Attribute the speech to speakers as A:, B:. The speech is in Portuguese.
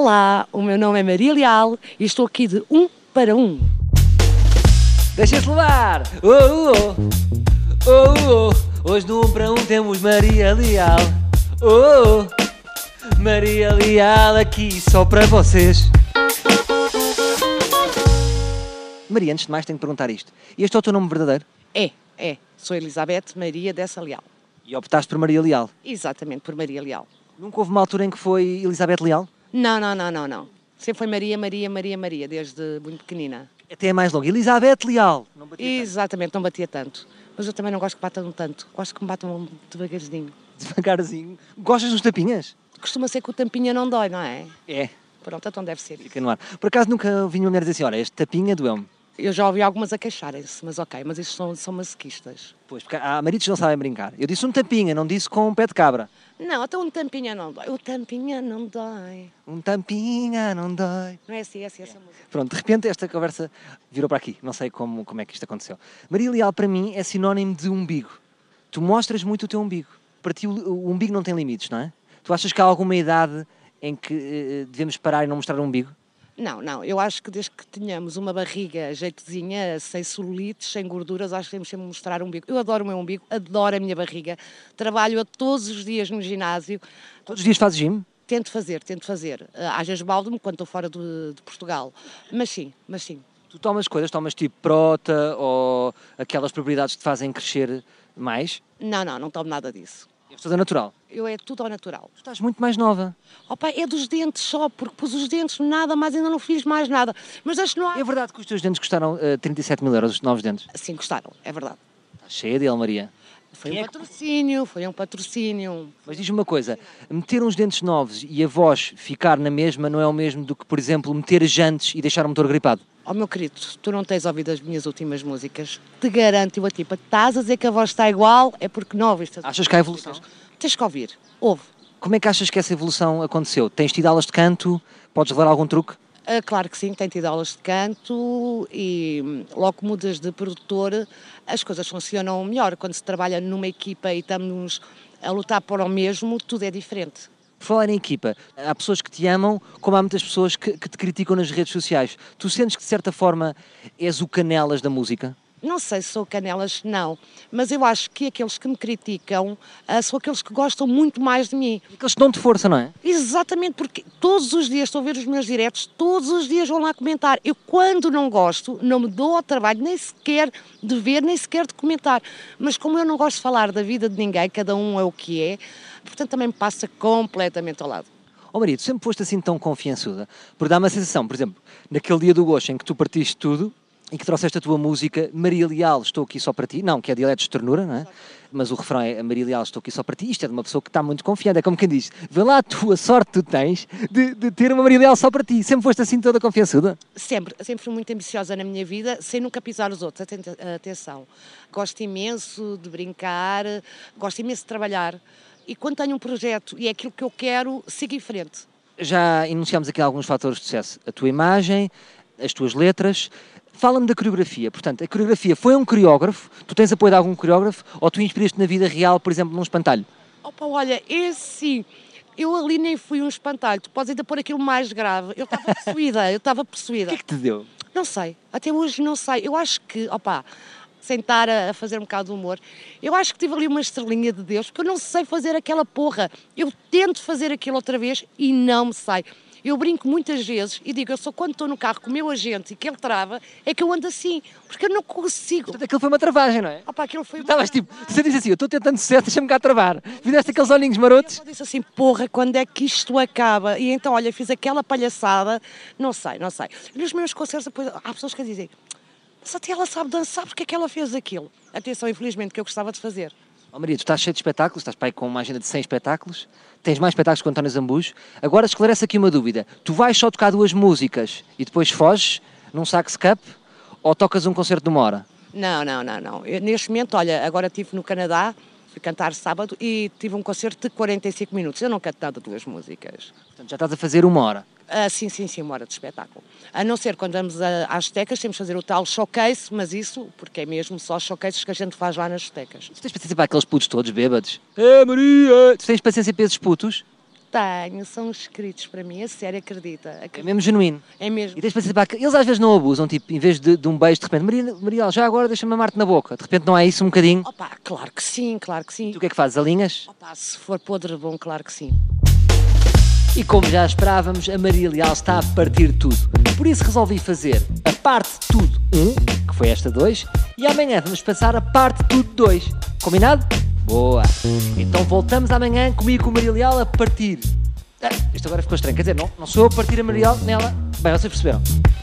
A: Olá, o meu nome é Maria Leal e estou aqui de um para um.
B: Deixa-te levar! Oh, oh, oh. Oh, oh. Hoje no 1 para 1 temos Maria Leal. Oh, oh. Maria Leal aqui só para vocês. Maria, antes de mais tenho que perguntar isto. Este é o teu nome verdadeiro?
A: É, é, sou Elizabeth Maria dessa Leal.
B: E optaste por Maria Leal.
A: Exatamente, por Maria Leal.
B: Nunca houve uma altura em que foi Elizabeth Leal?
A: Não, não, não, não, não. Sempre foi Maria, Maria, Maria, Maria, desde muito pequenina.
B: Até é mais longo. Elizabeth Leal. Não batia
A: Exatamente, não batia tanto. Mas eu também não gosto que batam tanto, gosto que me batam devagarzinho.
B: tanto. Devagarzinho. Gostas dos tapinhas?
A: Costuma ser que o tampinha não dói, não é?
B: É.
A: Pronto, então deve ser. isso.
B: Fica no ar. Por acaso nunca ouvi nenhuma mulher dizer assim, olha, este tapinha doeu-me.
A: Eu já ouvi algumas a queixarem-se, mas ok, mas isto são, são masoquistas.
B: Pois, porque há maridos que não sabem brincar. Eu disse um tapinha, não disse com um pé de cabra.
A: Não, até um tampinha não dói. O tampinha não dói.
B: Um tampinha não dói.
A: Não é assim, é assim essa música.
B: Pronto, de repente esta conversa virou para aqui. Não sei como, como é que isto aconteceu. Maria Leal, para mim, é sinónimo de umbigo. Tu mostras muito o teu umbigo. Para ti, o, o umbigo não tem limites, não é? Tu achas que há alguma idade em que eh, devemos parar e não mostrar o umbigo?
A: Não, não, eu acho que desde que tenhamos uma barriga jeitozinha, sem celulites, sem gorduras, acho que temos sempre de mostrar o umbigo. Eu adoro o meu umbigo, adoro a minha barriga, trabalho-a todos os dias no ginásio,
B: Todos os dias fazes gym?
A: tento fazer, tento fazer. Ah, Às vezes baldo-me quando estou fora do- de Portugal, mas sim, mas sim.
B: Tu tomas coisas, tomas tipo prota ou aquelas propriedades que te fazem crescer mais?
A: Não, não, não tomo nada disso.
B: És toda natural.
A: Eu é tudo ao natural.
B: Tu estás muito mais nova.
A: Opa, é dos dentes só, porque pus os dentes, nada mais, ainda não fiz mais nada. Mas acho que não há...
B: É verdade que os teus dentes custaram eh, 37 mil euros, os novos dentes.
A: Sim, gostaram, é verdade.
B: Está cheia de Maria.
A: Foi
B: Quem
A: um
B: é que-
A: patrocínio, foi um patrocínio.
B: Mas diz-me uma coisa, meter uns dentes novos e a voz ficar na mesma não é o mesmo do que, por exemplo, meter jantes e deixar o motor gripado?
A: Oh meu querido, tu não tens ouvido as minhas últimas músicas? Te garanto, eu a tipo, estás a dizer que a voz está igual, é porque não ouviste as
B: Achas que há evolução?
A: Tens que ouvir, ouve.
B: Como é que achas que essa evolução aconteceu? Tens tido aulas de canto? Podes levar algum truque?
A: Ah, claro que sim, tem tido aulas de canto e hum, logo que mudas de produtor, as coisas funcionam melhor. Quando se trabalha numa equipa e estamos a lutar por o mesmo, tudo é diferente.
B: Por falar em equipa, há pessoas que te amam, como há muitas pessoas que, que te criticam nas redes sociais. Tu sentes que, de certa forma, és o canelas da música?
A: Não sei se sou canelas, não, mas eu acho que aqueles que me criticam ah, são aqueles que gostam muito mais de mim.
B: Aqueles que dão-te força, não é?
A: Exatamente, porque todos os dias estou a ver os meus diretos, todos os dias vão lá comentar. Eu, quando não gosto, não me dou ao trabalho nem sequer de ver, nem sequer de comentar. Mas como eu não gosto de falar da vida de ninguém, cada um é o que é, portanto também me passa completamente ao lado.
B: Oh Maria, tu sempre foste assim tão confiançuda, porque dá-me a sensação, por exemplo, naquele dia do gosto em que tu partiste tudo e que trouxeste a tua música Maria Leal, estou aqui só para ti, não, que é dialetos de ternura, não é? Mas o refrão é Maria Leal, estou aqui só para ti, isto é de uma pessoa que está muito confiante, é como quem diz, vê lá a tua sorte que tu tens de, de ter uma Maria Leal só para ti, sempre foste assim toda confiançuda.
A: Sempre, sempre fui muito ambiciosa na minha vida, sem nunca pisar os outros. Aten- Atenção, gosto imenso de brincar, gosto imenso de trabalhar. E quando tenho um projeto e é aquilo que eu quero, sigo em frente.
B: Já enunciámos aqui alguns fatores de sucesso, a tua imagem, as tuas letras, Fala-me da coreografia, portanto, a coreografia foi um coreógrafo, tu tens apoio de algum coreógrafo ou tu inspiraste na vida real, por exemplo, num espantalho?
A: Opa, Oh, olha, esse sim. Eu ali nem fui um espantalho. Tu podes ainda pôr aquilo mais grave. Eu estava possuída, eu estava
B: O que
A: possuída.
B: é que te deu?
A: Não sei, até hoje não sei. Eu acho que, opa, sentar a, a fazer um bocado de humor, eu acho que tive ali uma estrelinha de Deus, porque eu não sei fazer aquela porra. Eu tento fazer aquilo outra vez e não me sai. Eu brinco muitas vezes e digo, eu só quando estou no carro com o meu agente e que ele trava, é que eu ando assim, porque eu não consigo.
B: Portanto, aquilo foi uma travagem, não é?
A: Opa, aquilo foi...
B: Tu
A: uma
B: estavas tipo, tu sentiste assim, eu estou tentando sucesso, deixa-me cá travar. Fizeste aqueles olhinhos marotos.
A: Eu disse assim, porra, quando é que isto acaba? E então, olha, fiz aquela palhaçada, não sei, não sei. Nos meus concertos, depois, há pessoas que dizem, mas até ela sabe dançar, porque é que ela fez aquilo? Atenção, infelizmente, que eu gostava de fazer.
B: Oh Maria, tu estás cheio de espetáculos, estás pai com uma agenda de 100 espetáculos, tens mais espetáculos que o António Zambujo. Agora esclarece aqui uma dúvida. Tu vais só tocar duas músicas e depois foges num sax cup ou tocas um concerto de uma hora?
A: Não, não, não, não. Eu, neste momento, olha, agora estive no Canadá, fui cantar sábado e tive um concerto de 45 minutos. Eu não canto nada duas músicas.
B: Portanto, já estás a fazer uma hora.
A: Ah, sim, sim, sim, uma hora de espetáculo. A não ser quando vamos a- às tecas, temos de fazer o tal showcase, mas isso, porque é mesmo só showcases que a gente faz lá nas tecas.
B: Tu tens paciência para aqueles putos todos bêbados? É Maria! Tu tens paciência para esses putos?
A: tenho são escritos para mim, a sério, acredita.
B: É
A: acredita.
B: mesmo genuíno.
A: É mesmo.
B: E tens de participar. que Eles às vezes não abusam, tipo, em vez de, de um beijo, de repente, Maria, Mariel, já agora deixa-me amar-te na boca. De repente não há isso um bocadinho.
A: Opa, claro que sim, claro que sim.
B: Tu o que é que fazes? Alinhas?
A: Opa, se for podre bom, claro que sim.
B: E como já esperávamos, a Maria Leal está a partir tudo. Por isso resolvi fazer a parte tudo 1, que foi esta 2, e amanhã vamos passar a parte tudo 2. Combinado? Boa! Então voltamos amanhã comigo e com a Maria Leal a partir. Ah, isto agora ficou estranho, quer dizer, não, não sou eu a partir a Maria Leal nela. Bem, vocês perceberam.